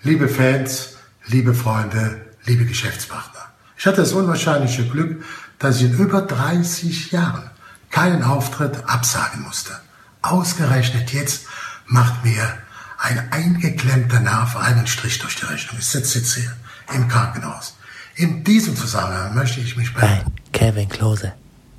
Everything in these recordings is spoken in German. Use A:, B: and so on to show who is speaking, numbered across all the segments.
A: liebe Fans, liebe Freunde, liebe Geschäftspartner. Ich hatte das unwahrscheinliche Glück, dass ich in über 30 Jahren keinen Auftritt absagen musste. Ausgerechnet jetzt macht mir ein eingeklemmter Nerv einen Strich durch die Rechnung. Ich sitze jetzt hier im Krankenhaus. In diesem Zusammenhang möchte ich mich bei
B: bei Kevin Klose,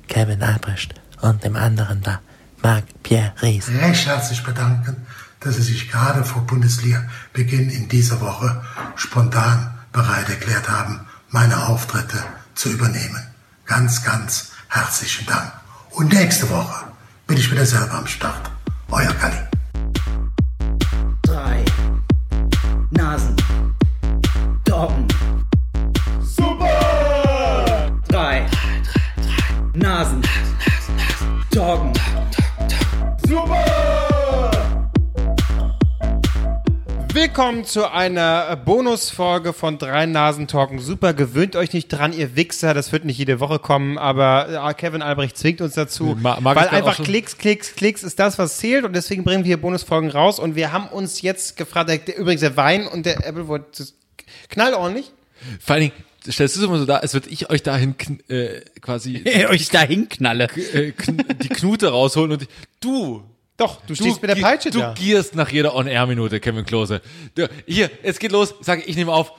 B: Kevin Albrecht und dem anderen da, Marc-Pierre Ries.
A: recht herzlich bedanken, dass Sie sich gerade vor Bundesliga-Beginn in dieser Woche spontan bereit erklärt haben, meine Auftritte zu übernehmen. Ganz, ganz herzlichen Dank. Und nächste Woche bin ich wieder selber am Start. Euer Kalli.
C: drei Nasen, Doggen, super! Drei Nasen, Doggen,
D: Willkommen zu einer äh, Bonusfolge von Drei Nasen Talken. Super, gewöhnt euch nicht dran, ihr Wichser. Das wird nicht jede Woche kommen, aber äh, Kevin Albrecht zwingt uns dazu.
E: Ma- mag ich
D: weil
E: grad auch
D: einfach
E: schon-
D: Klicks, Klicks, Klicks ist das, was zählt. Und deswegen bringen wir hier Bonusfolgen raus. Und wir haben uns jetzt gefragt, der, der, übrigens der Wein und der Applewood, das knallt ordentlich.
E: Vor allen Dingen, stellst du es immer so da, als würde ich euch dahin kn äh, quasi
C: euch dahin knalle.
E: äh, kn die Knute rausholen und ich, du,
D: Doch, du, stehst mit der
E: gi-
D: Peitsche
E: Du
D: da.
E: gierst nach jeder On-Air-Minute, Kevin Klose. Du, hier, es geht los. Sag ich nehme auf.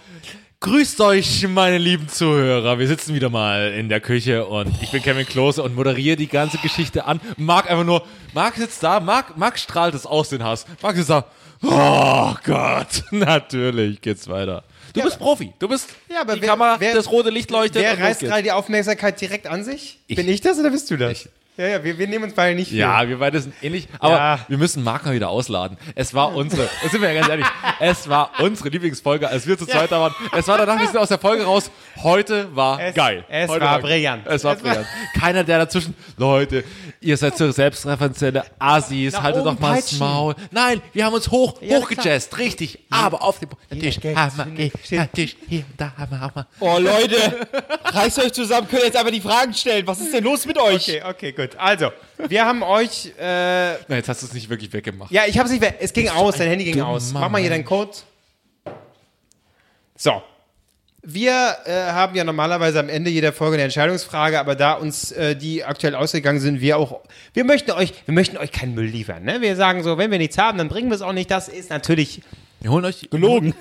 E: Grüßt euch, meine lieben Zuhörer. Wir sitzen wieder mal in der Küche und ich bin Kevin Klose und moderiere die ganze Geschichte an. Marc einfach nur, Marc sitzt da, Marc, Marc strahlt es aus den Hass. Marc sitzt da, oh Gott, natürlich geht's weiter. Du bist Profi, du bist
D: Ja, aber
E: die
D: wer-
E: Kamera,
D: wer-
E: das rote Licht leuchtet. und
D: Wer
E: los
D: reißt
E: geht's.
D: gerade die Aufmerksamkeit direkt an sich? Bin ich das oder bist du das?
E: Ich.
D: Ja, ja, wir, wir nehmen uns beide nicht viel.
E: Ja, wir beide sind ähnlich, aber
D: Ja.
E: wir müssen Marker wieder ausladen. Es war unsere, das sind wir ja ganz ehrlich, es war unsere Lieblingsfolge, als wir zu zweit da waren. Es war danach, wir sind aus der Folge raus. Heute war
D: Es-
E: geil.
D: es
E: Heute
D: war brillant.
E: Es war
D: Es war-
E: brillant. Keiner, der dazwischen, Leute, ihr seid zur selbstreferenzielle Assis, haltet
D: oben
E: doch mal das
D: peitschen.
E: Maul. Nein, wir haben uns hoch,
D: Ja,
E: hochgejazzt, richtig, aber auf dem, natürlich,
D: Gag
E: haben wir,
D: findet-
E: natürlich, hier, und da haben wir auch mal.
F: Oh Leute, reißt euch zusammen, könnt jetzt einfach die Fragen stellen. Was ist denn los mit euch?
D: Okay, okay, gut. Also, wir haben euch äh,
E: Nein, jetzt hast du es nicht wirklich weggemacht.
D: Ja, ich hab's nicht mehr. Es ging aus, dein Handy ging
E: dummer
D: aus. Mach mal hier deinen
E: Mensch.
D: Code. So. Wir äh, haben ja normalerweise am Ende jeder Folge eine Entscheidungsfrage, aber da uns äh, die aktuell ausgegangen sind, wir auch, wir möchten euch, wir möchten euch keinen Müll liefern. Ne? Wir sagen so, wenn wir nichts haben, dann bringen wir es auch nicht. Das ist natürlich
E: Wir holen euch,
F: Gelogen.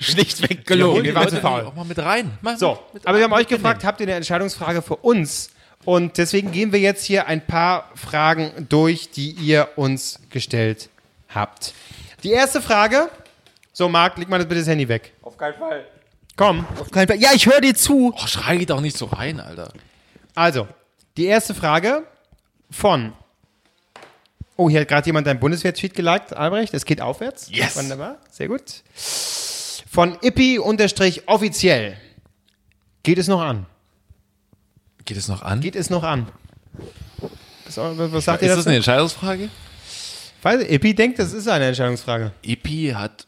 F: Schlichtweg
E: holen
F: gelogen.
E: die
D: wir waren
E: Leute
D: zu faul.
E: auch mal mit rein. Mal
D: So,
E: mit, mit
D: aber wir haben euch gefragt, habt ihr eine Entscheidungsfrage für uns? Und deswegen gehen wir jetzt hier ein paar Fragen durch, die ihr uns gestellt habt. Die erste Frage. So, Marc, leg mal das bitte das Handy weg. Auf keinen Fall. Komm,
F: Ja, ich höre dir zu.
E: Oh, schrei geht auch nicht so rein, Alter.
D: also, die erste Frage von. Oh, hier hat gerade jemand dein Bundeswehr-Tweet geliked, Albrecht. Es geht aufwärts.
E: Yes.
D: Wunderbar, sehr gut. Von Ippi-offiziell. Geht es noch an?
E: Geht es noch an?
D: Geht es noch an? Was, was sagt ihr
E: ist das
D: dazu?
E: eine Entscheidungsfrage?
D: Weiß, ich- Epi denkt, das ist eine Entscheidungsfrage.
E: Epi E hat.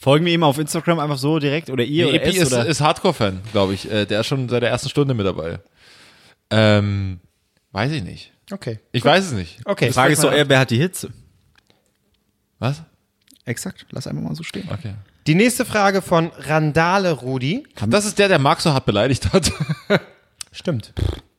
F: Folgen wir ihm auf Instagram einfach so direkt oder ihr oder
E: Epi
F: es
E: E ist,
F: oder?
E: ist Hardcore-Fan, glaube ich. Äh, Der ist schon seit der ersten Stunde mit dabei. Ähm, weiß ich nicht.
D: Okay.
E: Ich weiß es nicht.
D: Okay.
F: Die Frage ist doch eher, wer hat die Hitze?
E: Was?
F: Exakt, lass einfach mal so stehen.
E: Okay.
D: Die nächste Frage von Randale Rudi.
E: Das ist der, der Marc so hart beleidigt hat.
D: Stimmt.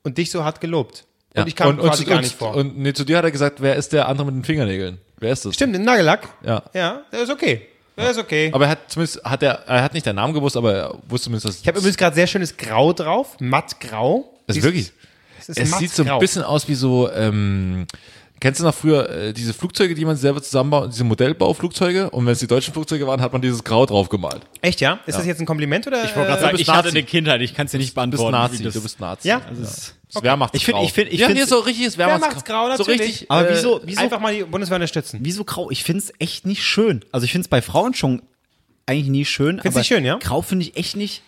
D: Und dich so hart gelobt.
E: Ja.
D: Und ich kam quasi
E: zu-
D: gar
E: und-
D: nicht vor.
E: Und nee, zu dir hat er gesagt, wer ist der andere mit den Fingernägeln? Wer ist das?
D: Stimmt, den Nagellack.
E: Ja.
D: Ja, der ist okay. Der ist okay.
E: Aber er hat zumindest, hat er, er hat nicht deinen Namen gewusst, aber er wusste zumindest, dass
D: ich habe übrigens gerade sehr schönes Grau drauf. Mattgrau.
E: das ist
D: Siehst-
E: wirklich.
D: Es, ist
E: Es sieht so ein
D: mattgrau.
E: bisschen aus wie so, ähm, kennst du noch früher äh, diese Flugzeuge, die man selber zusammenbaut, diese Modellbauflugzeuge? Und wenn es die deutschen Flugzeuge waren, hat man dieses Grau drauf gemalt.
D: Echt, ja? Ist das jetzt ein Kompliment oder? Ich
F: wollte gerade
E: du
F: sagen,
E: bist
F: ich hatte
E: Nazi.
F: eine Kindheit, ich kann es dir nicht
E: Du bist
F: beantworten.
E: Nazi,
F: wie das-
E: du bist Nazi.
D: Ja.
F: Also es-
E: Das Wehrmacht
F: Ich find- ich find- ich
E: ja,
F: find-
E: hier so richtiges
D: Wehrmachtsgrau,
E: So
D: natürlich.
E: richtig.
F: Aber
E: äh,
F: wieso, wieso,
D: Einfach mal die Bundeswehr unterstützen.
F: wieso grau? Ich finde es echt nicht schön. Also ich finde es bei Frauen schon eigentlich nie schön.
D: Findest
F: aber
D: nicht schön, ja?
F: Grau finde ich echt nicht.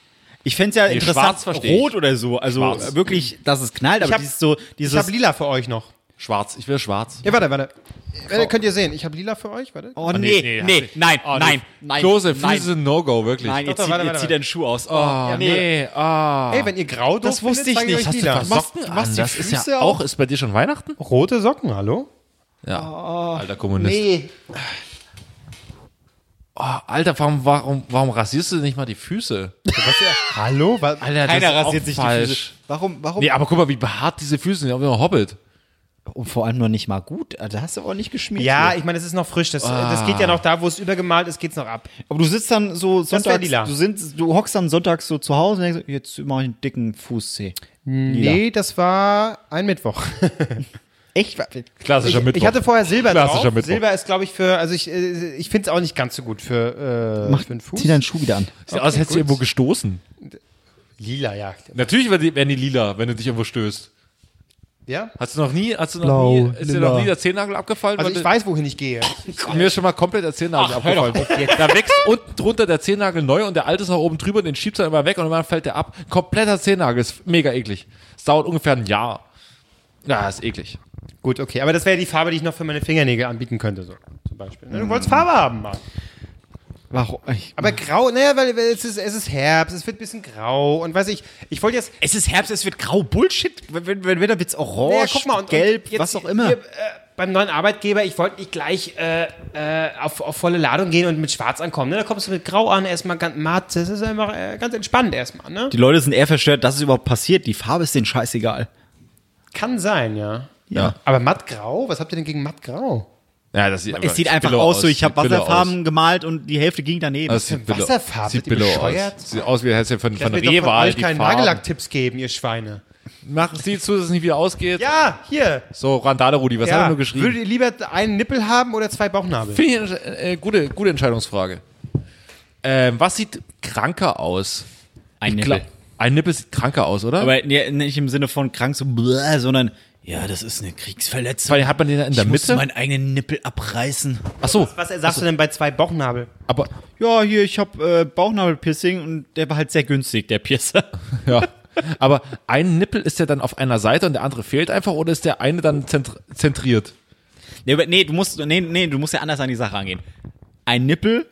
F: Ich fände es ja
E: schwarz
F: interessant,
E: versteh ich.
F: rot oder so. Also
E: Schwarz.
F: wirklich, dass es knallt. Aber
D: hab-
F: dieses so,
D: Ich habe
F: dieses,
D: lila für euch noch.
E: Schwarz, ich will schwarz.
D: Ja, warte, warte. Äh, könnt ihr sehen, ich habe lila für euch, warte.
F: oh nee, nee, nein, nein, nein.
E: Klose,
F: nein,
E: Füße, No-Go, wirklich.
F: nein, ihr
D: Doch, doch,
F: zieht,
D: warte,
F: ihr
D: warte,
F: zieht
D: warte.
F: den Schuh aus. Oh,
E: Oh, nee, ah.
D: Ey, wenn ihr grau doof
F: Das wusste
D: findet,
F: ich
D: zeige
F: nicht.
D: euch
F: Hast du
D: lila.
F: was?
E: Socken
D: du machst
E: an,
D: die
E: das ist ja
D: Füße
E: auch, ist bei dir schon Weihnachten?
D: Rote Socken, hallo?
F: Oh,
E: Ja, alter Kommunist.
D: Nee.
E: oh, Alter, warum, warum, warum rasierst du nicht mal die Füße?
D: Hallo? Was?
E: Alter, das
F: Keiner
E: ist auch
F: rasiert sich
E: falsch.
F: die Füße. Warum, warum?
E: Nee, aber guck mal, wie behaart diese Füße sind, auch wie ein Hobbit.
F: Und vor allem noch nicht mal gut. Also hast du auch nicht geschmiert.
D: Ja,
F: hier.
D: ich meine, es ist noch frisch. Das, äh, das geht ja noch da, wo es übergemalt ist, geht's noch ab.
F: aber du sitzt dann so
D: wär
F: sonntags,
D: lila.
F: du, sind, du hockst dann sonntags so zu Hause und denkst, jetzt mach ich einen dicken Fußzeh.
D: Nee, das war ein Mittwoch.
F: Echt?
E: Klassischer
D: Ich, ich hatte vorher Silber
E: Klassischer
D: drauf.
E: Mittwoch.
D: Silber ist, glaube ich, für, also ich, äh, ich finde es auch nicht ganz so gut für, äh,
F: Mach,
D: für den Fuß.
F: zieh deinen Schuh wieder an.
E: Sieht aus, als hättest du irgendwo gestoßen.
D: Lila, ja.
E: Natürlich werden die, werden die lila, wenn du dich irgendwo stößt.
D: Ja?
E: Hast du noch nie, hast du noch
F: Blau,
E: nie, ist dir
F: lila.
E: noch nie der Zehennagel abgefallen?
D: Also
E: Weil
D: ich
E: du-
D: weiß, wohin ich gehe.
E: mir ist schon mal komplett der Zehennagel abgefallen. Da wächst unten drunter der Zehennagel neu und der alte ist noch oben drüber und den schiebt er immer weg und immer fällt der ab. Kompletter Zehennagel, ist mega eklig. Es dauert ungefähr ein Jahr. Ja, ist eklig.
D: Gut, okay. Aber das wäre die Farbe, die ich noch für meine Fingernägel anbieten könnte, so zum Beispiel. Ne, Du wolltest Farbe haben, Mann.
F: Warum? Ich,
D: Aber grau, naja, weil weil es ist, es ist Herbst, es wird ein bisschen grau und weiß ich, ich wollte jetzt.
F: es ist Herbst, es wird grau. Bullshit. Wenn, wenn, wenn Wetter wird's orange,
D: Naja, guck mal, und,
F: gelb,
D: und jetzt
F: was auch immer.
D: Hier, äh, beim neuen Arbeitgeber, ich wollte nicht gleich äh, äh, auf, auf volle Ladung gehen und mit Schwarz ankommen. Ne? Da kommst du mit Grau an, erstmal ganz matt. Das ist einfach äh, ganz entspannt erstmal. Ne?
F: die Leute sind eher verstört, dass es überhaupt passiert. Die Farbe ist denen scheißegal.
D: Kann sein, ja.
F: Ja.
D: Aber mattgrau? Was habt ihr denn gegen mattgrau?
E: Ja, das sieht
F: Es sieht einfach
E: billow
F: aus, so ich habe
E: sieht billow
F: Wasserfarben
E: aus.
F: gemalt und die Hälfte ging daneben.
E: Das sieht billow-
D: Wasserfarben,
E: Sieht
D: seid ihr
E: billow
D: bescheuert?
E: aus. Sieht aus, wie hättest du von,
D: Lasst
E: von
D: mir doch
E: Reval
D: euch
E: die
D: keinen
E: Farben.
D: Nagellack-Tipps geben, ihr Schweine.
E: Mach, sieh zu, dass es nicht wieder ausgeht.
D: Ja, hier.
E: So, Randale Rudi, was hat er
D: Ja.
E: nur geschrieben?
D: Würdet ihr lieber einen Nippel haben oder zwei Bauchnabel?
E: Finde ich eine äh, gute, gute Entscheidungsfrage. Ähm, was sieht kranker aus?
F: Ein
E: Ich glaub- ein Nippel sieht kranker aus, oder?
F: Aber nee, nicht im Sinne von krank so, bläh, sondern ja, das ist eine Kriegsverletzung.
E: Vor allem hat man den in der
F: ich muss
E: Mitte.
F: meinen eigenen Nippel abreißen.
E: Ach so,
D: Was sagst du denn bei zwei Bauchnabel?
E: aber
F: Ja, hier, ich habe äh, Bauchnabelpiercing und der war halt sehr günstig, der Piercer.
E: ja, aber ein Nippel ist ja dann auf einer Seite und der andere fehlt einfach oder ist der eine dann zentr zentriert?
F: Nee, aber, nee, du musst, nee, nee, du musst ja anders an die Sache rangehen. Ein Nippel,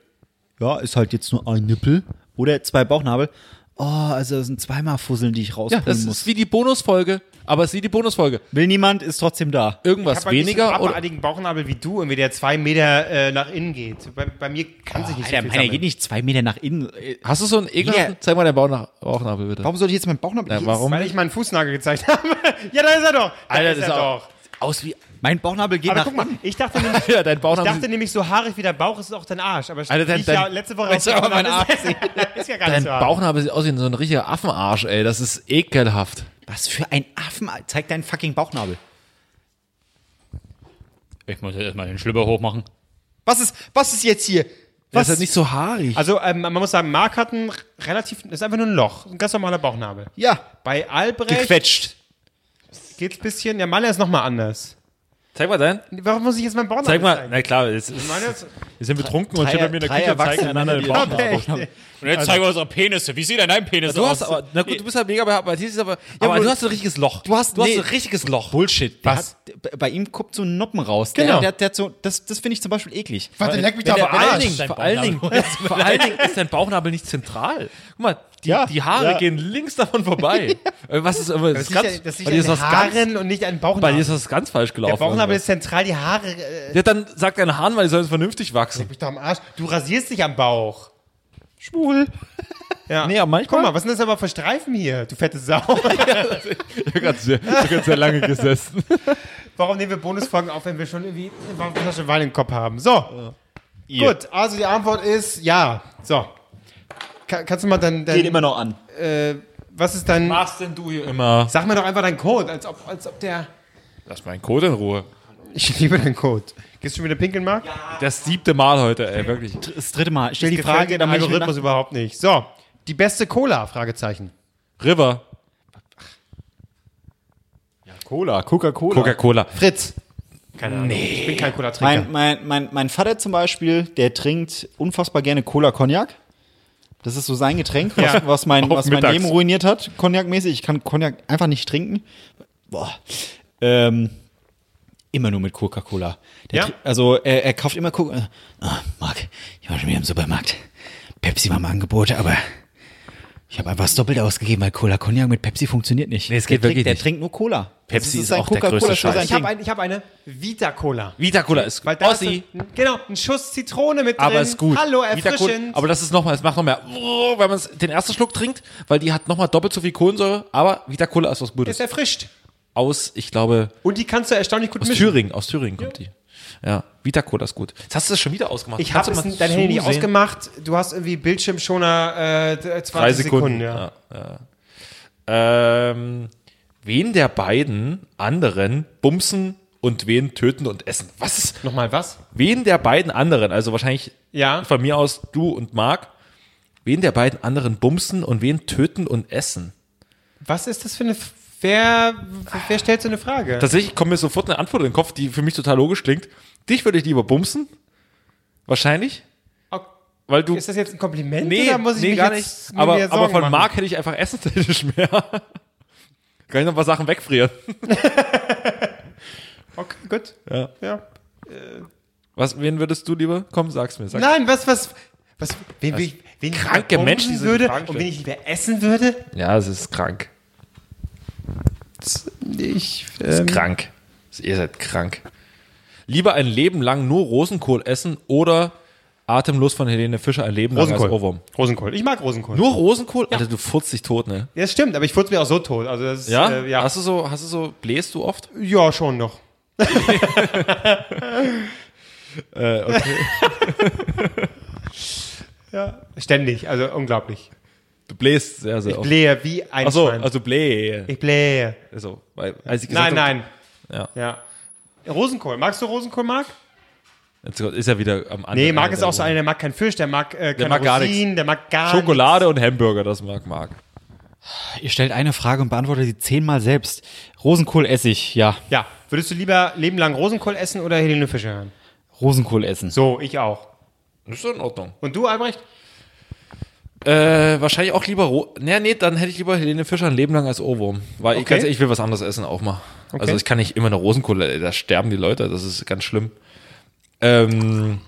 F: ja, ist halt jetzt nur ein Nippel. Oder zwei Bauchnabel. Oh, also das sind zweimal Fusseln, die ich
E: Ja,
F: rausholen
E: das
F: muss.
E: ist wie die Bonusfolge, aber es ist wie die Bonusfolge.
F: Will niemand, ist trotzdem da.
E: Irgendwas weniger
D: einen
E: oder
D: abartigen Bauchnabel wie du, irgendwie der zwei Meter äh, nach innen geht. Bei, bei mir
E: Ah,
D: kann sich nicht
F: Alter,
D: so viel
F: meiner
D: sammeln.
F: geht nicht zwei Meter nach innen. Äh,
E: hast du so einen ekelhaften? Zeig mal deinen Bauchnabel, Bauchnabel bitte.
F: Warum soll ich jetzt meinen Bauchnabel?
E: Ja, warum?
D: Weil ich meinen Fußnagel gezeigt habe. ja, da ist er doch. Da
E: Alter,
D: ist
E: das
D: er
E: ist auch-
D: doch.
E: Aus wie
F: Mein Bauchnabel geht
D: Aber
F: nach
D: guck mal,
F: innen.
D: ich dachte nämlich,
E: ja, dein
D: ich
E: Bauchnabel.
D: dachte nämlich so haarig wie der Bauch ist auch dein Arsch. Aber
E: Alter, dein-
D: wie ich ja
E: dein-
D: letzte Woche
E: Weißt du, aber
D: rausgefunden
E: mein
D: habe, ist, ist ja gar
E: dein
D: nicht so haarig.
E: Bauchnabel sieht aus wie so ein richtiger Affenarsch, ey. Das ist ekelhaft.
F: Was für ein Affen. Zeig deinen fucking Bauchnabel.
G: Ich muss jetzt erstmal den Schlüpper hochmachen.
F: Was ist, was ist jetzt hier?
E: Das ist halt nicht so haarig.
D: Also ähm, man muss sagen, Marc hat ein relativ, ist einfach nur ein Loch, ein ganz normaler Bauchnabel.
F: Ja.
D: Bei Albrecht
F: Gequetscht.
D: geht's ein bisschen, der Maler ist nochmal anders.
E: Zeig mal deinen.
D: Warum muss ich jetzt meinen Bauchnabel
E: Zeig mal,
D: zeigen?
E: na klar, es ist,
D: Meine ist-
E: wir sind betrunken und
F: drei-
E: stehen bei mir in der
F: drei
E: Küche und zeigen
F: erwachsene
E: einander den
F: Männer, die
E: Bauchnabel.
D: Echt, ey.
G: Und jetzt zeigen wir uns auch Penisse. Wie sieht denn dein Penis
E: Also Du
G: aus?
E: hast aber, na gut, du bist halt mega behaftet, hier ist aber, aber,
F: aber
E: du hast ein richtiges Loch.
F: du hast-
E: du hast
F: nee.
E: ein richtiges Loch.
F: Bullshit. Der
E: Was?
F: Hat, b- bei ihm kommt so ein Noppen raus.
D: Genau.
F: Der, der, der hat so, das das finde ich zum Beispiel eklig.
A: Warte, leck mich
E: Ja,
A: doch
E: vor,
A: am
E: allen
A: Arsch.
E: Dingen,
G: dein
E: vor, allen Dingen,
G: Bauchnabel.
E: vor allen Dingen ist dein Bauchnabel nicht zentral. Guck mal, die, die Haare gehen links davon vorbei. Äh, Was ist, aber das ist
D: liegt
E: ganz,
D: ja- das liegt
E: bei dir
D: an
E: ist
D: den
E: was ganz,
D: Haaren und nicht an den
E: bei dir
D: Bauchnabel.
E: ist was ganz falsch
D: Der
E: gelaufen.
D: Bauchnabel ist zentral, die Haare äh,
E: ja, dann sag deinen Haaren, weil die sollen vernünftig wachsen.
D: mich doch am Arsch. Du rasierst dich am Bauch.
E: Schwul.
D: Ja.
E: Nee, aber manchmal-
D: Guck mal, was sind das aber für Streifen hier, du fette Sau?
E: Ich hab ganz sehr, ich hab ganz sehr lange gesessen.
D: Warum nehmen wir Bonusfolgen auf, wenn wir schon irgendwie eine Flasche Wein im Kopf haben? So. Gut, also die Antwort ist ja. So. Ka kannst du mal dann.
F: Geht
D: dein
F: immer noch an.
D: äh, was ist dein.
E: Was denn du hier immer?
D: Sag mir doch einfach deinen Code, als ob, als ob der.
E: Lass meinen Code in Ruhe.
D: Ich liebe deinen Code. Gehst du schon wieder pinkeln, Marc? Ja,
E: Das siebte Mal heute, ey, wirklich.
F: äh, Das dritte Mal. Stell die
D: Frage
F: Frage,
D: den
F: damit ich
D: Algorithmus überhaupt nicht. So. Die beste Cola? Fragezeichen.
E: River. Cola, Coca-Cola. Coca-Cola.
D: Fritz. Keine Ahnung. Ich bin kein Cola-Trinker.
F: Mein, mein, mein, mein Vater zum Beispiel, der trinkt unfassbar gerne Cola Cognac. Das ist so sein Getränk, was,
D: Ja.
F: was mein,
E: Auch
F: was mein
E: mittags.
F: Leben ruiniert hat, Cognac-mäßig. Ich kann Cognac einfach nicht trinken. Boah. Ähm, immer nur mit Coca-Cola. Der
D: Ja?
F: tri- Also er, er kauft immer Coca. äh, Ah, Marc, ich war schon wieder im Supermarkt. Pepsi war im Angebot, aber Ich habe einfach das Doppelte ausgegeben, weil Cola Cognac mit Pepsi funktioniert nicht.
E: Nee, es geht
F: der
E: wirklich
F: trinkt, der
E: nicht.
F: trinkt nur Cola.
E: Pepsi
F: Das
E: ist
F: sein
E: auch der größte
F: Coca-Cola-Schuss,
E: Scheiß.
F: sein
D: Ich habe
F: Ding.
D: ein, ich hab eine Vita Cola.
E: Vita Cola ist
D: Weil da
E: Ossi,
D: Ist ein, genau, ein Schuss Zitrone mit drin.
E: aber ist gut.
D: Hallo,
E: Vita Cola-
D: erfrischend.
E: Aber das ist nochmal, es macht nochmal, wenn man den ersten Schluck trinkt, weil die hat nochmal doppelt so viel Kohlensäure, aber Vita Cola ist was
D: ist
E: Gutes.
D: erfrischt.
E: Aus, ich glaube,
D: Und die kannst du erstaunlich gut
E: aus
D: mischen.
E: Thüringen, aus Thüringen kommt die. Ja, Vita Cola ist gut. Jetzt hast du das schon wieder ausgemacht.
D: Ich habe
E: Kannst du mal
D: dein Handy nicht
E: zusehen?
D: ausgemacht. Du hast irgendwie Bildschirmschoner äh, 20
E: drei
D: Sekunden.
E: Sekunden.
D: ja.
E: ja, ja. Ähm, wen der beiden anderen bumsen und wen töten und essen? Was ist?
D: Nochmal was?
E: Wen der beiden anderen, also wahrscheinlich
D: Ja.
E: von mir aus du und Marc, wen der beiden anderen bumsen und wen töten und essen?
D: Was ist das für eine. F- Wer, wer stellt so eine Frage?
E: Tatsächlich kommt mir sofort eine Antwort in den Kopf, die für mich total logisch klingt. Dich würde ich lieber bumsen. Wahrscheinlich.
D: Ok.
E: Weil du.
D: ist das jetzt ein Kompliment?
E: Nee,
D: oder muss ich
E: nee
D: mich
E: gar
D: jetzt
E: nicht.
D: mir
E: Aber,
D: wieder
E: aber
D: Sorgen
E: von
D: machen?
E: Marc hätte ich einfach essenstechnisch mehr. Kann ich noch ein paar Sachen wegfrieren.
D: Okay, gut.
E: Ja.
D: Ja.
E: Was, wen würdest du lieber? Komm, sag's mir. Sag's.
D: Nein, was, was, was, wen, wen, wen ich
E: kranke
D: lieber
E: Menschen, die
D: bumsen
E: so
D: würde
E: Fragen
D: und wen
E: stellen.
D: ich lieber essen würde?
E: Ja, es ist krank.
D: Ich,
E: Es
D: ähm,
E: ist krank. Es- Ihr seid krank. Lieber ein Leben lang nur Rosenkohl essen oder atemlos von Helene Fischer ein Leben lang als Ohrwurm.
D: Rosenkohl. Ich mag Rosenkohl.
E: Nur Rosenkohl? Alter, du furzt dich tot, ne?
D: Ja, das stimmt, aber ich wurde mir auch so tot. Also das, ist,
E: Ja?
D: Äh, ja.
E: Hast Äh, du so, hast du so, bläst du oft?
D: ja, schon noch. ja, ständig, also unglaublich.
E: Du bläst sehr, sehr
D: Ich blähe wie ein
E: Achso,
D: Schwein.
E: also bläh.
D: ich blähe.
E: Also, weil, als ich gesagt
D: Nein, nein.
E: Ja.
D: ja. Rosenkohl. Magst du Rosenkohl, Marc?
E: Jetzt ist er wieder am anderen.
D: Nee, Marc ist
E: Ende
D: auch so einer, der mag keinen Fisch, der mag äh, keine der
E: mag
D: mag
E: gar
D: Rosinen,
E: nichts.
D: der mag gar
E: Schokolade und Hamburger, das mag Marc.
F: Ihr stellt eine Frage und beantwortet sie zehnmal selbst. Rosenkohl esse ich, ja.
D: Ja, würdest du lieber Leben lang Rosenkohl essen oder Helene Fischer hören?
F: Rosenkohl essen.
D: So, ich auch.
E: Das ist doch in Ordnung.
D: Und du, Albrecht?
E: Äh, wahrscheinlich auch lieber Ro Nee, nee, dann hätte ich lieber Helene Fischer ein Leben lang als Ohrwurm. Weil ich
D: Okay.
E: ganz ehrlich, ich will was anderes essen auch mal. Also ich kann nicht immer eine Rosenkohle, ey, da sterben die Leute, das ist ganz schlimm. Ähm,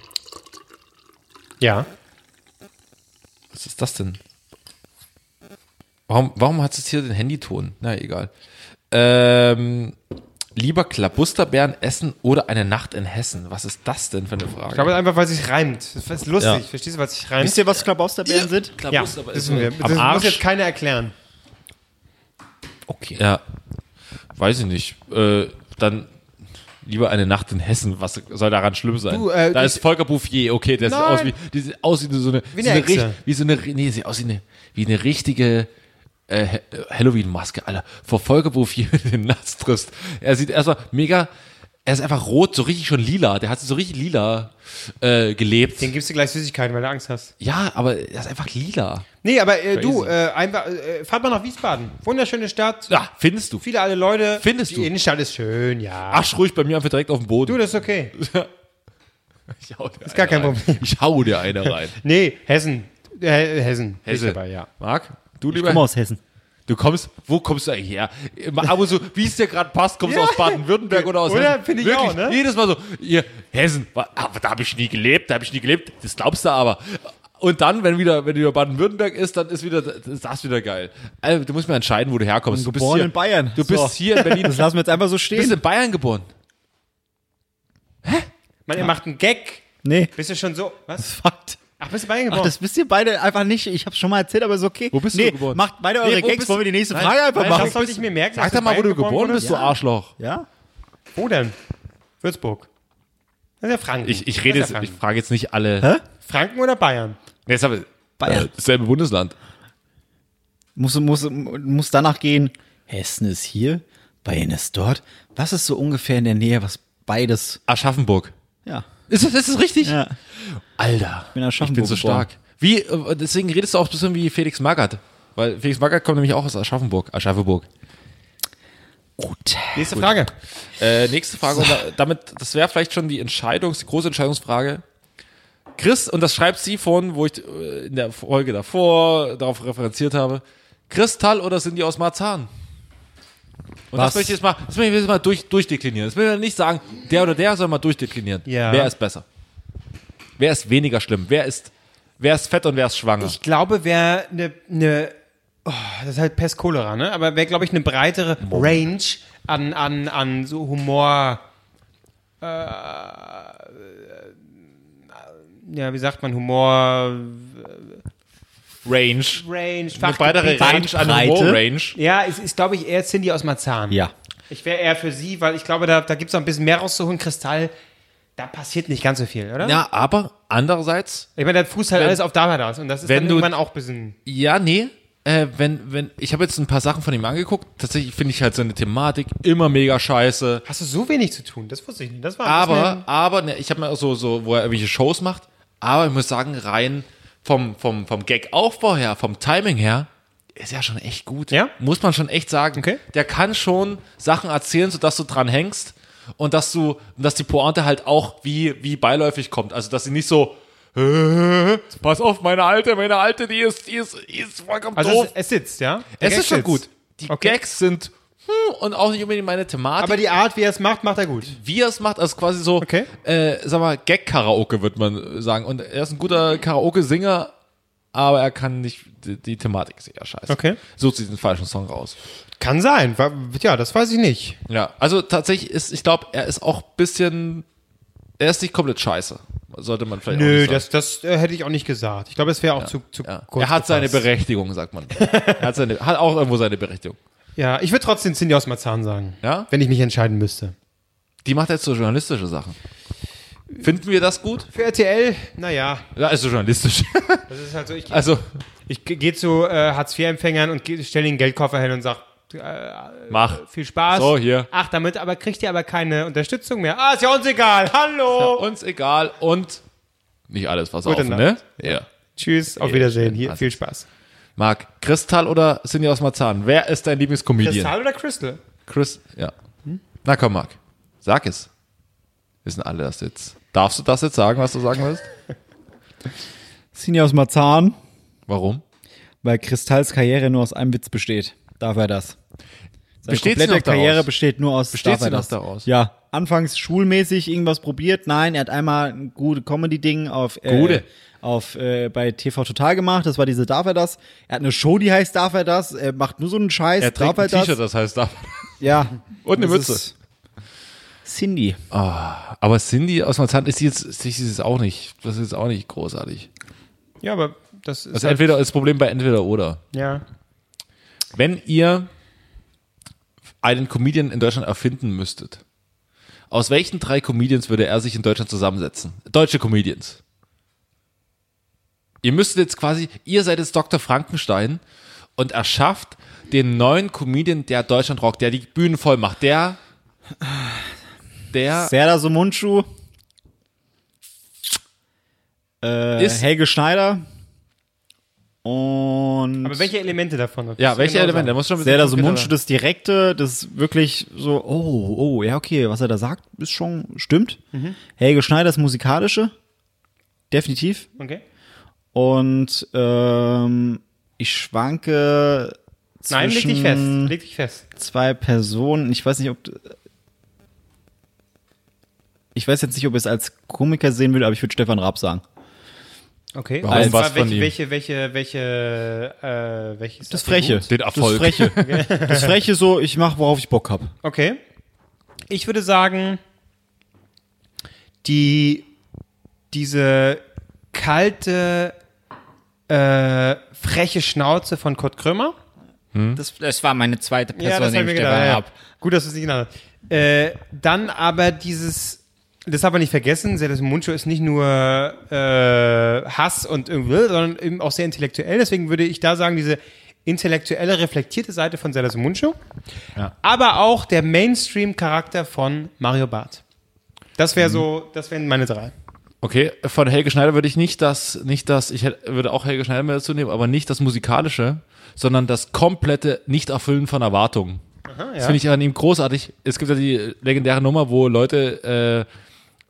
D: Ja.
E: was ist das denn? Warum, warum hat es hier den Handyton? Na, egal. Ähm, lieber Klabusterbeeren essen oder eine Nacht in Hessen. Was ist das denn für eine Frage?
D: Ich glaube einfach, weil es sich reimt. Das ist lustig.
E: Ja.
D: Verstehst du, was sich reimt?
F: Wisst ihr, was Klabausterbeeren sind?
D: ja, wissen wir. Das muss
E: Arsch.
D: jetzt keiner erklären.
F: Okay.
E: Ja. Weiß ich nicht. Äh, dann lieber eine Nacht in Hessen. Was soll daran schlimm sein?
D: Du, äh,
E: da
D: ich-
E: ist Volker Bouffier. Okay, der sieht
D: Nein.
E: aus wie, die sieht aus wie so eine,
D: Wie
E: so
D: eine
E: eine,
D: Echse.
E: richt- wie so eine, nee, sieht aus wie eine, wie eine richtige, äh, Ha- Halloween-Maske, Alter. Vor Volker Bouffier mit den Nastrist. Er sieht erstmal mega, er ist einfach rot, so richtig schon lila. Der hat so richtig lila, äh, gelebt.
D: Den gibst du gleich Süßigkeiten, weil du Angst hast.
E: Ja, aber er ist einfach lila.
D: Nee, aber äh, du,
E: Crazy.
D: äh, einfach, äh, fahrt mal nach Wiesbaden. Wunderschöne Stadt.
E: Ja, findest du.
D: Viele alle Leute.
E: Findest
D: Die
E: du?
D: Innenstadt ist schön, ja.
E: Arsch ruhig bei mir einfach direkt auf dem Boden.
D: Du, das ist okay.
E: ich hau dir
D: Ist gar kein
E: eine rein.
D: Problem.
E: Ich hau dir eine rein.
D: Nee, Hessen. Äh, Hessen. Bin ich
E: Hesse.
D: Dabei, ja.
E: Marc, du
F: Ich
E: lieber.
F: komme aus Hessen.
E: Du kommst, wo kommst du eigentlich her? Immer Aber so, wie es dir gerade passt, kommst du
D: Ja.
E: aus Baden-Württemberg oder aus
D: Oder?
E: Hessen.
D: Finde ich
E: Wirklich,
D: auch, ne?
E: Jedes Mal so, ihr Hessen, wa- aber da habe ich nie gelebt, da habe ich nie gelebt. Das glaubst du aber. Und dann, wenn wieder, wenn wieder Baden-Württemberg ist, dann ist wieder, das ist das wieder geil. Also, du musst mir entscheiden, wo du herkommst. Du bist
F: Geboren
E: hier,
F: in Bayern.
E: Du bist
F: So.
E: hier in Berlin.
F: Das lassen wir jetzt einfach so
E: du bist
F: stehen.
E: in Bayern geboren.
D: Man, ihr macht einen Gag.
F: Nee,
D: Bist du schon so? Was?
F: Fakt.
D: Ach, bist du bei
F: Ach, das wisst ihr beide einfach nicht. Ich hab's schon mal erzählt, aber ist okay.
E: Wo bist du
F: nee,
E: geboren?
F: Macht beide eure
E: Nee, wo
F: Gags,
E: bist
F: wollen wir
E: du?
F: die nächste
E: Nein,
F: Frage einfach
E: nein,
F: machen.
D: das sollte ich mir merken.
E: Sag
D: dass
E: doch mal, wo
D: Bayern
E: du geboren
D: wurdest.
E: bist, du Arschloch.
F: Ja?
D: Wo denn? Würzburg. Das ist ja Franken.
E: Ich, ich rede
D: Das
E: jetzt,
D: ist ja
E: ich
D: Franken.
E: frage jetzt nicht alle.
F: Hä?
D: Franken oder Bayern?
E: Nee, ist aber,
F: Bayern.
E: Äh, dasselbe Bundesland.
F: Muss, muss, muss danach gehen. Hessen ist hier, Bayern ist dort. Was ist so ungefähr in der Nähe, was beides.
E: Aschaffenburg.
F: Ja.
E: Ist das, ist das richtig?
F: Ja.
E: Alter,
F: bin in Aschaffenburg
E: bin so
F: geboren.
E: stark. Wie, äh, deswegen redest du auch ein bisschen wie Felix Magath. Weil Felix Magath kommt nämlich auch aus Aschaffenburg. Aschaffenburg.
F: Gut.
D: Nächste Frage.
E: Äh, nächste Frage. Und da- damit, das wäre vielleicht schon die Entscheidungs-, die große Entscheidungsfrage. Chris, und das schreibt sie von, wo ich äh, in der Folge davor darauf referenziert habe. Kristall oder sind die aus Marzahn? Und
F: Was?
E: das möchte ich jetzt mal, das möchte ich jetzt mal durch, durchdeklinieren. Das will ich nicht sagen, der oder der soll mal durchdeklinieren.
D: Ja.
E: Wer ist besser? Wer ist weniger schlimm? Wer ist, wer ist fett und wer ist schwanger?
D: Ich glaube, wer eine ne das ist halt Pest Cholera, ne? Aber wäre, glaube ich, eine breitere Range an, an, an so Humor. Äh, ja, wie sagt man, Humor,
E: Range.
D: Range,
E: Eine breitere
D: Fachgebiet.
E: Range an Humor-Range.
D: Ja, es ist, glaube ich, eher Cindy aus Marzahn.
F: Ja.
D: Ich wäre eher für sie, weil ich glaube, da, da gibt es noch ein bisschen mehr rauszuholen. Kristall, da passiert nicht ganz so viel, oder?
E: Ja, aber andererseits
D: Ich meine, der fußt halt
E: Wenn-
D: alles auf Davadas und das ist
E: wenn
D: dann
E: du-
D: irgendwann auch ein bisschen.
E: Ja, nee. Äh, wenn, wenn, ich habe jetzt ein paar Sachen von ihm angeguckt. Tatsächlich finde ich halt seine Thematik immer mega scheiße.
D: Hast du so wenig zu tun? Das wusste ich nicht. Das war ein
E: Aber, aber, ne, ich habe mir auch so, so, wo er irgendwelche Shows macht. Aber ich muss sagen, rein vom, vom, vom Gag-Aufbau her, vom Timing her, ist er schon echt gut.
D: Ja?
E: Muss man schon echt sagen.
D: Okay.
E: Der kann schon Sachen erzählen, sodass du dran hängst und dass du, dass die Pointe halt auch wie, wie beiläufig kommt. Also, dass sie nicht so, äh, pass auf, meine Alte, meine Alte, die ist, die ist, die ist vollkommen
D: bisschen,
E: doof.
D: also es, es sitzt, ja? Der
E: Es
D: Gag
E: ist schon
D: sitzt.
E: gut. Die
D: Okay.
E: Gags sind hm, und auch nicht unbedingt meine Thematik.
D: Aber die Art, wie er es macht, macht er gut.
E: wie er es macht, also quasi so,
D: Okay.
E: äh, sag mal, Gag-Karaoke würde man äh, sagen. Und er ist ein guter Karaoke-Singer, aber er kann nicht, die, die Thematik ist eher scheiße.
D: Okay.
E: Sucht sich den falschen Song raus.
D: Kann sein. Wa- Ja, das weiß ich nicht.
E: Ja, also tatsächlich ist, ich glaube, er ist auch ein bisschen, er ist nicht komplett scheiße. Sollte man vielleicht auch
D: Nö,
E: nicht sagen.
D: das, das äh, hätte ich auch nicht gesagt. Ich glaube, es wäre auch zu, zu
E: ja.
D: kurz.
E: Er hat seine
D: gefasst.
E: Berechtigung, sagt man. er hat, seine, hat auch irgendwo seine Berechtigung.
D: Ja, ich würde trotzdem Cindy aus Marzahn sagen.
E: Ja?
D: Wenn ich mich entscheiden müsste.
E: Die macht jetzt so journalistische Sachen. Finden wir das gut?
D: Für RTL, naja,
E: Ja, ist so journalistisch.
D: das ist halt so, ich,
E: Also,
D: ich gehe zu äh, Hartz-IV-Empfängern und stelle den Geldkoffer hin und sage,
E: mach.
D: viel Spaß.
E: So, hier.
D: Ach, damit aber kriegt ihr aber keine Unterstützung mehr. Ah, ist ja uns egal. Hallo.
E: Uns egal und nicht alles, was
D: Gute
E: offen, ne?
D: Nacht.
E: Ja.
D: Tschüss, auf Wiedersehen.
E: schön.
D: Hier,
E: Also-
D: viel Spaß.
E: Marc, Kristall oder Cindy aus Marzahn? Wer ist dein Lieblingscomedian?
D: Kristall oder Crystal?
E: Chris, ja. Na komm, Marc, sag es. Wissen alle das jetzt. Darfst du das jetzt sagen, was du sagen willst?
F: Sini aus Marzahn,
E: Warum?
F: weil Kristalls Karriere nur aus einem Witz besteht. Darf er das? Seine
E: Besteht sie
F: komplette
E: noch daraus?
F: Karriere besteht nur aus
E: Besteht
F: darf
E: sie
F: er
E: noch
F: das?
E: daraus?
F: Ja. Anfangs schulmäßig irgendwas probiert. Nein, er hat einmal ein gute Comedy-Ding auf, äh,
E: Gute.
F: auf äh, bei TV Total gemacht. Das war diese Darf er das? Er hat eine Show, die heißt Darf er das? Er macht nur so einen Scheiß.
E: Er
F: darf
E: trägt ein
F: er
E: T-Shirt,
F: das?
E: das heißt darf.
F: Ja.
E: Und eine
F: Das
E: Mütze.
F: ist Cindy.
E: Aber Cindy aus Marzahn ist sie jetzt, ist sie jetzt auch nicht, das ist jetzt auch nicht großartig.
D: Ja, aber das ist. halt-
E: Das ist Also entweder das Problem bei entweder oder.
D: ja.
E: Wenn ihr einen Comedian in Deutschland erfinden müsstet, aus welchen drei Comedians würde er sich in Deutschland zusammensetzen? Deutsche Comedians. Ihr müsstet jetzt quasi, ihr seid jetzt Dr. Frankenstein und erschafft den neuen Comedian, der Deutschland rockt, der die Bühnen voll macht, der, der
F: Serda Somunchu. Äh,
E: Ist-
F: Helge Schneider. Und
D: Aber welche Elemente davon? Das
E: ja,
D: ist
E: welche
D: genau
E: Elemente? Der
D: sagen.
E: muss schon ein bisschen
F: Serda Somunchu,
E: konkreter
F: das Direkte, das wirklich so, oh, oh, ja, okay, was er da sagt, ist schon, stimmt. Helge Schneider, das Musikalische, definitiv.
D: Okay.
F: Und ähm, ich schwanke zwischen
D: Nein, leg dich fest. Leg dich fest.
F: zwei Personen. Ich weiß nicht, ob. Ich weiß jetzt nicht, ob ich es als Komiker sehen würde, aber ich würde Stefan Raab sagen.
D: Okay.
E: Warum?
D: Also,
E: Was
D: welche,
E: von ihm?
D: welche, welche, welche, äh, welches
F: Das Freche.
E: Den Erfolg.
F: Das Freche. Das Freche so, ich mache, worauf ich Bock habe.
D: Okay. Ich würde sagen, die, diese kalte, äh, freche Schnauze von Kurt Krömer.
G: Das, das war meine zweite Person,
D: das hab ich
G: neben
D: mir
G: Stefan
D: gedacht, ja.
G: Raab.
D: Gut, dass du es nicht genannt hast. Äh, dann aber dieses, das darf man nicht vergessen, Serdas Mundschuh ist nicht nur äh, Hass und irgendwie, sondern eben auch sehr intellektuell. Deswegen würde ich da sagen, diese intellektuelle, reflektierte Seite von Serdas Mundschuh. Aber auch der Mainstream-Charakter von Mario Barth. Das
E: Mhm.
D: wäre so, das wären meine drei.
E: Okay, von Helge Schneider würde ich nicht das, nicht das, ich hätte, würde auch Helge Schneider mit dazu nehmen, aber nicht das Musikalische, sondern das komplette Nicht-Erfüllen von Erwartungen. Das finde ich an ihm großartig. Es gibt ja die legendäre Nummer, wo Leute, äh,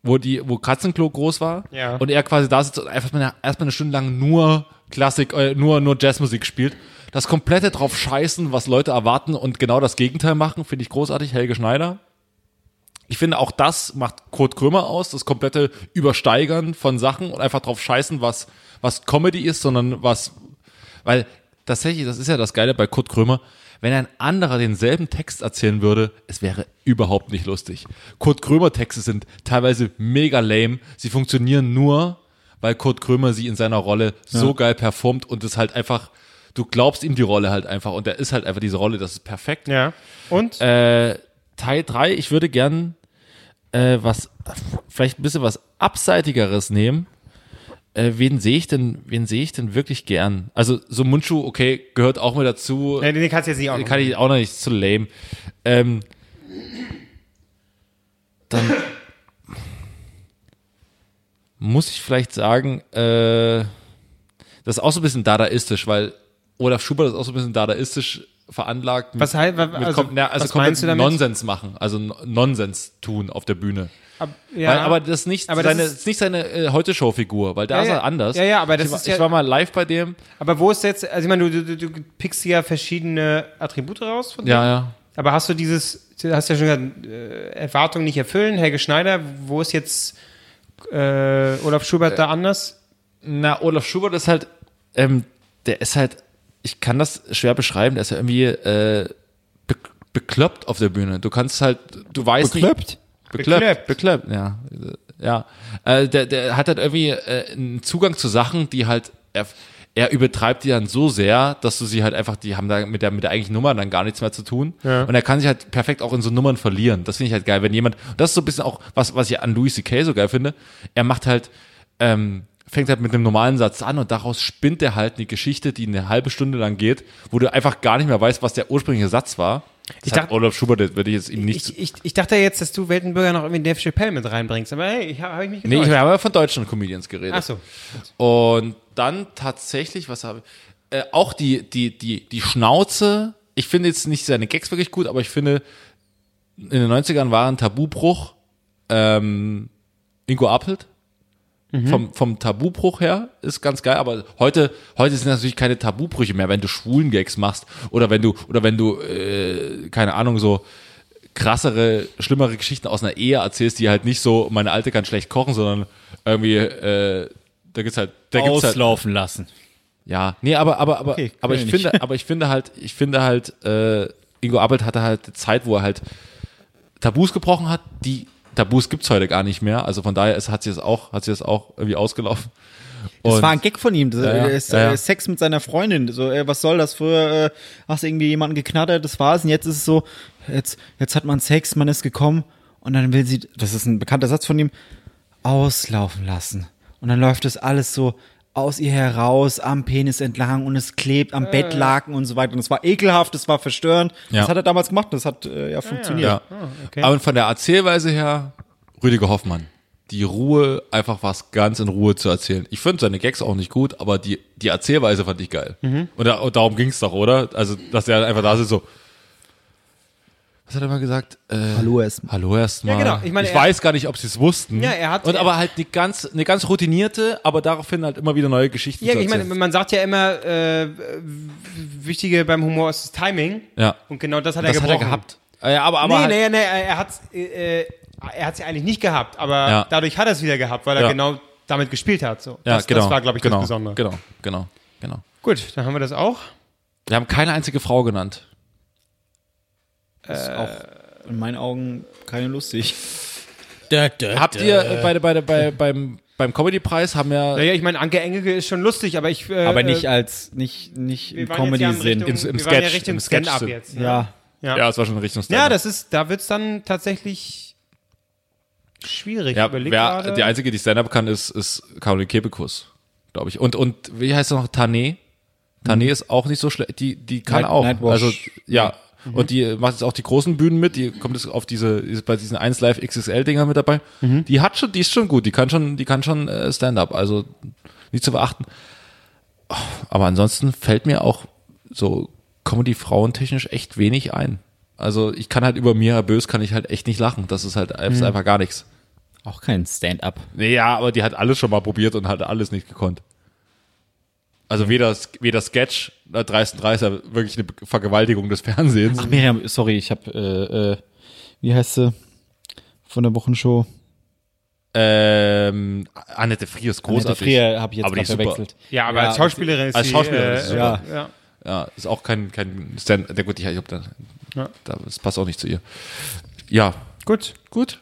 E: wo die, wo Katzenklo groß war
D: Ja.
E: und er quasi da sitzt und einfach mal eine, erstmal eine Stunde lang nur Klassik, äh, nur, nur Jazzmusik spielt. Das komplette drauf scheißen, was Leute erwarten und genau das Gegenteil machen, finde ich großartig. Helge Schneider. Ich finde, auch das macht Kurt Krömer aus, das komplette Übersteigern von Sachen und einfach drauf scheißen, was, was Comedy ist, sondern was, weil tatsächlich, das ist ja das Geile bei Kurt Krömer, wenn ein anderer denselben Text erzählen würde, es wäre überhaupt nicht lustig. Kurt Krömer Texte sind teilweise mega lame, sie funktionieren nur, weil Kurt Krömer sie in seiner Rolle so geil performt und es halt einfach, du glaubst ihm die Rolle halt einfach und er ist halt einfach diese Rolle, das ist perfekt.
D: Ja. Und?
E: Äh, Teil 3, ich würde gern äh, was, vielleicht ein bisschen was Abseitigeres nehmen. Äh, wen sehe ich denn, wen sehe ich denn wirklich gern? Also, so Mundschuh, okay, gehört auch mit dazu. Äh,
D: nee, den kannst du jetzt nicht auch noch.
E: Kann ich auch noch nicht, ist zu lame. Ähm, dann muss ich vielleicht sagen, äh, das ist auch so ein bisschen dadaistisch, weil Olaf Schubert ist auch so ein bisschen dadaistisch veranlagt. Mit,
D: Was heißt- wa-
E: mit
D: also,
E: kom- na, also
D: was meinst du
E: komplett
D: damit?
E: Nonsens machen, also N- Nonsens tun auf der Bühne.
D: Ab- ja.
E: weil, aber das ist nicht
D: Aber das
E: seine,
D: ist-
E: ist nicht seine äh, Heute-Show-Figur, weil da
D: Ja,
E: ist
D: ja.
E: er anders.
D: Ja, ja, aber das
E: ich, war-
D: ist ja-
E: Ich war mal live bei dem.
D: Aber wo ist jetzt, also ich meine, du, du, du du pickst ja verschiedene Attribute raus von
E: Ja, ja.
D: Aber hast du dieses, du hast ja schon gesagt, äh, Erwartungen nicht erfüllen, Helge Schneider, wo ist jetzt äh, Olaf Schubert da anders?
E: Na, Olaf Schubert ist halt, ähm, der ist halt, ich kann das schwer beschreiben, der ist ja irgendwie äh, be bekloppt auf der Bühne. Du kannst halt, du weißt
F: Bekloppt?
E: nicht.
D: Bekloppt.
E: Bekloppt? Bekloppt, ja. Ja. Äh, der, der hat halt irgendwie äh, einen Zugang zu Sachen, die halt, er, er übertreibt die dann so sehr, dass du sie halt einfach, die haben da mit der, mit der eigentlichen Nummer dann gar nichts mehr zu tun. Und er kann sich halt perfekt auch in so Nummern verlieren. Das finde ich halt geil, wenn jemand, und das ist so ein bisschen auch, was, was ich an Louis C.K. so geil finde, er macht halt, ähm, fängt halt mit einem normalen Satz an und daraus spinnt er halt eine Geschichte, die eine halbe Stunde lang geht, wo du einfach gar nicht mehr weißt, was der ursprüngliche Satz war. Das
D: Ich
E: hat
D: dachte-
E: Olaf Schubert, das würde ich jetzt ihm nicht.
D: Ich, ich, ich dachte jetzt, dass du Weltenbürger noch irgendwie Dave Chappelle mit reinbringst, aber hey, ich habe hab ich mich
E: nee,
D: getäuscht.
E: ich habe ja von deutschen Comedians geredet.
D: Genau. Ach so.
E: Und dann tatsächlich, was habe ich? Äh, auch die, die, die, die Schnauze. Ich finde jetzt nicht seine Gags wirklich gut, aber ich finde, in den 90ern war ein Tabubruch. Ähm, Ingo Appelt. Vom, vom Tabubruch her ist ganz geil, aber heute, heute sind das natürlich keine Tabubrüche mehr, wenn du schwulen Gags machst oder wenn du, oder wenn du, äh, keine Ahnung, so krassere, schlimmere Geschichten aus einer Ehe erzählst, die halt nicht so, meine Alte kann schlecht kochen, sondern irgendwie, äh, da gibt's halt, da gibt's halt,
G: Auslaufen lassen.
E: ja, nee, aber aber aber
F: Okay,
E: aber ich
F: können wir nicht.
E: finde, aber ich finde halt, ich finde halt, äh, Ingo Appelt hatte halt eine Zeit, wo er halt Tabus gebrochen hat. Die Tabus gibt's heute gar nicht mehr. Also von daher ist, hat sie es auch, hat sie es auch irgendwie ausgelaufen. Und
F: Das war ein Gag von ihm. Das,
E: ja,
F: äh, ist,
E: ja, ja.
F: äh, Sex mit seiner Freundin. So, äh, was soll das? Früher äh, hast du irgendwie jemanden geknattert, das war's. Und jetzt ist es so, jetzt, jetzt hat man Sex, man ist gekommen und dann will sie, das ist ein bekannter Satz von ihm, auslaufen lassen. Und dann läuft das alles so aus ihr heraus, am Penis entlang und es klebt am Bettlaken und so weiter. Und es war ekelhaft, es war verstörend.
E: Ja.
F: Das hat er damals gemacht, das hat äh, ja funktioniert.
E: ja. Aber von der Erzählweise her, Rüdiger Hoffmann. Die Ruhe, einfach was ganz in Ruhe zu erzählen. Ich finde seine Gags auch nicht gut, aber die, die Erzählweise fand ich geil.
F: Mhm.
E: Und, da, und darum ging's doch, oder? Also, dass der einfach da sitzt so. Was hat er mal gesagt? Äh,
F: Hallo erstmal.
E: Hallo erstmal.
D: Ja, genau. Ich meine, er-
E: weiß gar nicht, ob sie es wussten.
D: Ja, er hat-
E: Und
D: er-
E: aber halt eine ganz, eine ganz routinierte, aber daraufhin halt immer wieder neue Geschichten
D: Ja,
E: zu
D: ich meine,
E: erzählen.
D: man sagt ja immer, äh, w- wichtige beim Humor ist das Timing.
E: ja.
D: Und genau das hat er
E: Das hat er
D: gebrochen.
E: gehabt. Äh, Ja, aber, aber
D: nee,
E: halt,
D: nee, nee, er hat es äh, er hat's ja eigentlich nicht gehabt, aber
E: Ja.
D: dadurch hat er es wieder gehabt, weil er
E: Ja.
D: genau damit gespielt hat. So.
E: ja,
D: das,
E: genau.
D: das war, glaube ich,
E: genau,
D: das Besondere.
E: Genau, genau, genau.
D: Gut, dann haben wir das auch.
E: Wir haben keine einzige Frau genannt.
F: Das ist auch in meinen Augen keine lustig.
E: Habt ihr äh, bei, bei, bei, beim, beim Comedy-Preis haben ja,
D: Naja, ich meine, Anke Engelke ist schon lustig, aber ich. Äh,
F: Aber nicht
D: äh,
F: als, nicht, nicht
D: wir
F: im
D: waren jetzt ja in
F: Comedy-Sinn.
D: Richtung-
E: Ins- im
D: wir waren ja
E: Sketch,
D: Richtung
E: im Sketch
D: Stand-up
E: sind.
D: jetzt.
F: Ja.
D: Ja.
E: ja, es war schon in Richtung
D: Ja,
E: Stand-up.
D: das ist, da wird's dann tatsächlich schwierig.
E: ja,
D: Überleg
E: wer,
D: gerade.
E: die einzige, die Stand-up kann, ist, ist Caroline Kebekus, glaube ich. Und, und wie heißt er noch? Tané? Tané ist auch nicht so schlecht. Die, die kann
F: Mhm. Night-
E: auch.
F: Nightwash. Mhm.
E: Also, ja. Und die macht jetzt auch die großen Bühnen mit. Die kommt jetzt auf diese, ist bei diesen 1 Live XXL-Dinger mit dabei.
F: Mhm.
E: Die hat schon, die ist schon gut. Die kann schon, die kann schon äh, Stand-up. Also, nicht zu beachten. Aber ansonsten fällt mir auch so Comedy-Frauentechnisch echt wenig ein. Also, ich kann halt über Mira Bös kann ich halt echt nicht lachen. Das ist halt
F: Mhm.
E: ist einfach gar nichts.
F: Auch kein Stand-up.
E: Nee, ja, aber die hat alles schon mal probiert und hat alles nicht gekonnt. Also weder, weder Sketch, äh, 30 30 wirklich eine Be- Vergewaltigung des Fernsehens.
F: Ach, Miriam, sorry, ich habe, äh, äh, wie heißt sie? Von der Wochenshow.
E: Ähm, Annette Frier ist großartig.
F: Annette Frier habe ich jetzt
E: aber die
F: gerade
E: ist super.
F: verwechselt.
D: ja, aber als Schauspielerin ist
E: als
D: sie,
E: Schauspielerin
D: äh,
E: ist sie
D: ja. ja.
E: Ja, ist auch kein, kein Stand. Na gut, ich, ich hab da, da, das passt auch nicht zu ihr. Ja. Gut. Gut.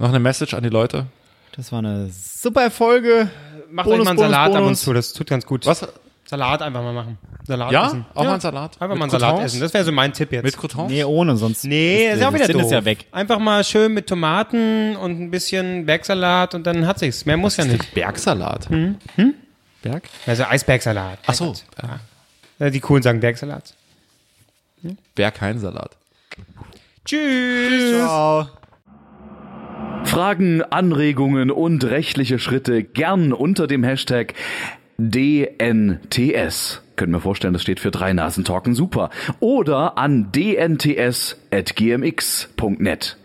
E: Noch eine Message an die Leute.
F: Das war eine super Folge.
D: Macht
F: Bonus,
D: euch mal einen
F: Bonus,
D: Salat ab und
F: Bonus.
D: zu, das tut ganz gut.
E: Was?
D: Salat einfach mal machen. Salat
E: Ja?
D: essen.
E: Auch mal einen Salat?
D: Einfach
E: Mit
D: mal einen Salat
E: Croutons?
D: essen. Das wäre so mein Tipp jetzt.
E: Mit Croutons?
F: Nee, ohne, sonst.
D: nee, ist, ja auch wieder
F: Sinn
D: doof.
F: ist ja weg.
D: Einfach mal schön mit Tomaten und ein bisschen Bergsalat und dann hat sich's. Mehr muss ja nicht.
E: Bergsalat.
D: Hm.
E: Berg?
D: Also Eisbergsalat.
E: Ach so.
D: Ja, Die coolen sagen Bergsalat.
E: Bergheinsalat.
D: Tschüss.
H: Fragen, Anregungen und rechtliche Schritte gern unter dem Hashtag DNTS. Können wir vorstellen, das steht für drei Nasen talken super. Oder an dnts.gmx.net.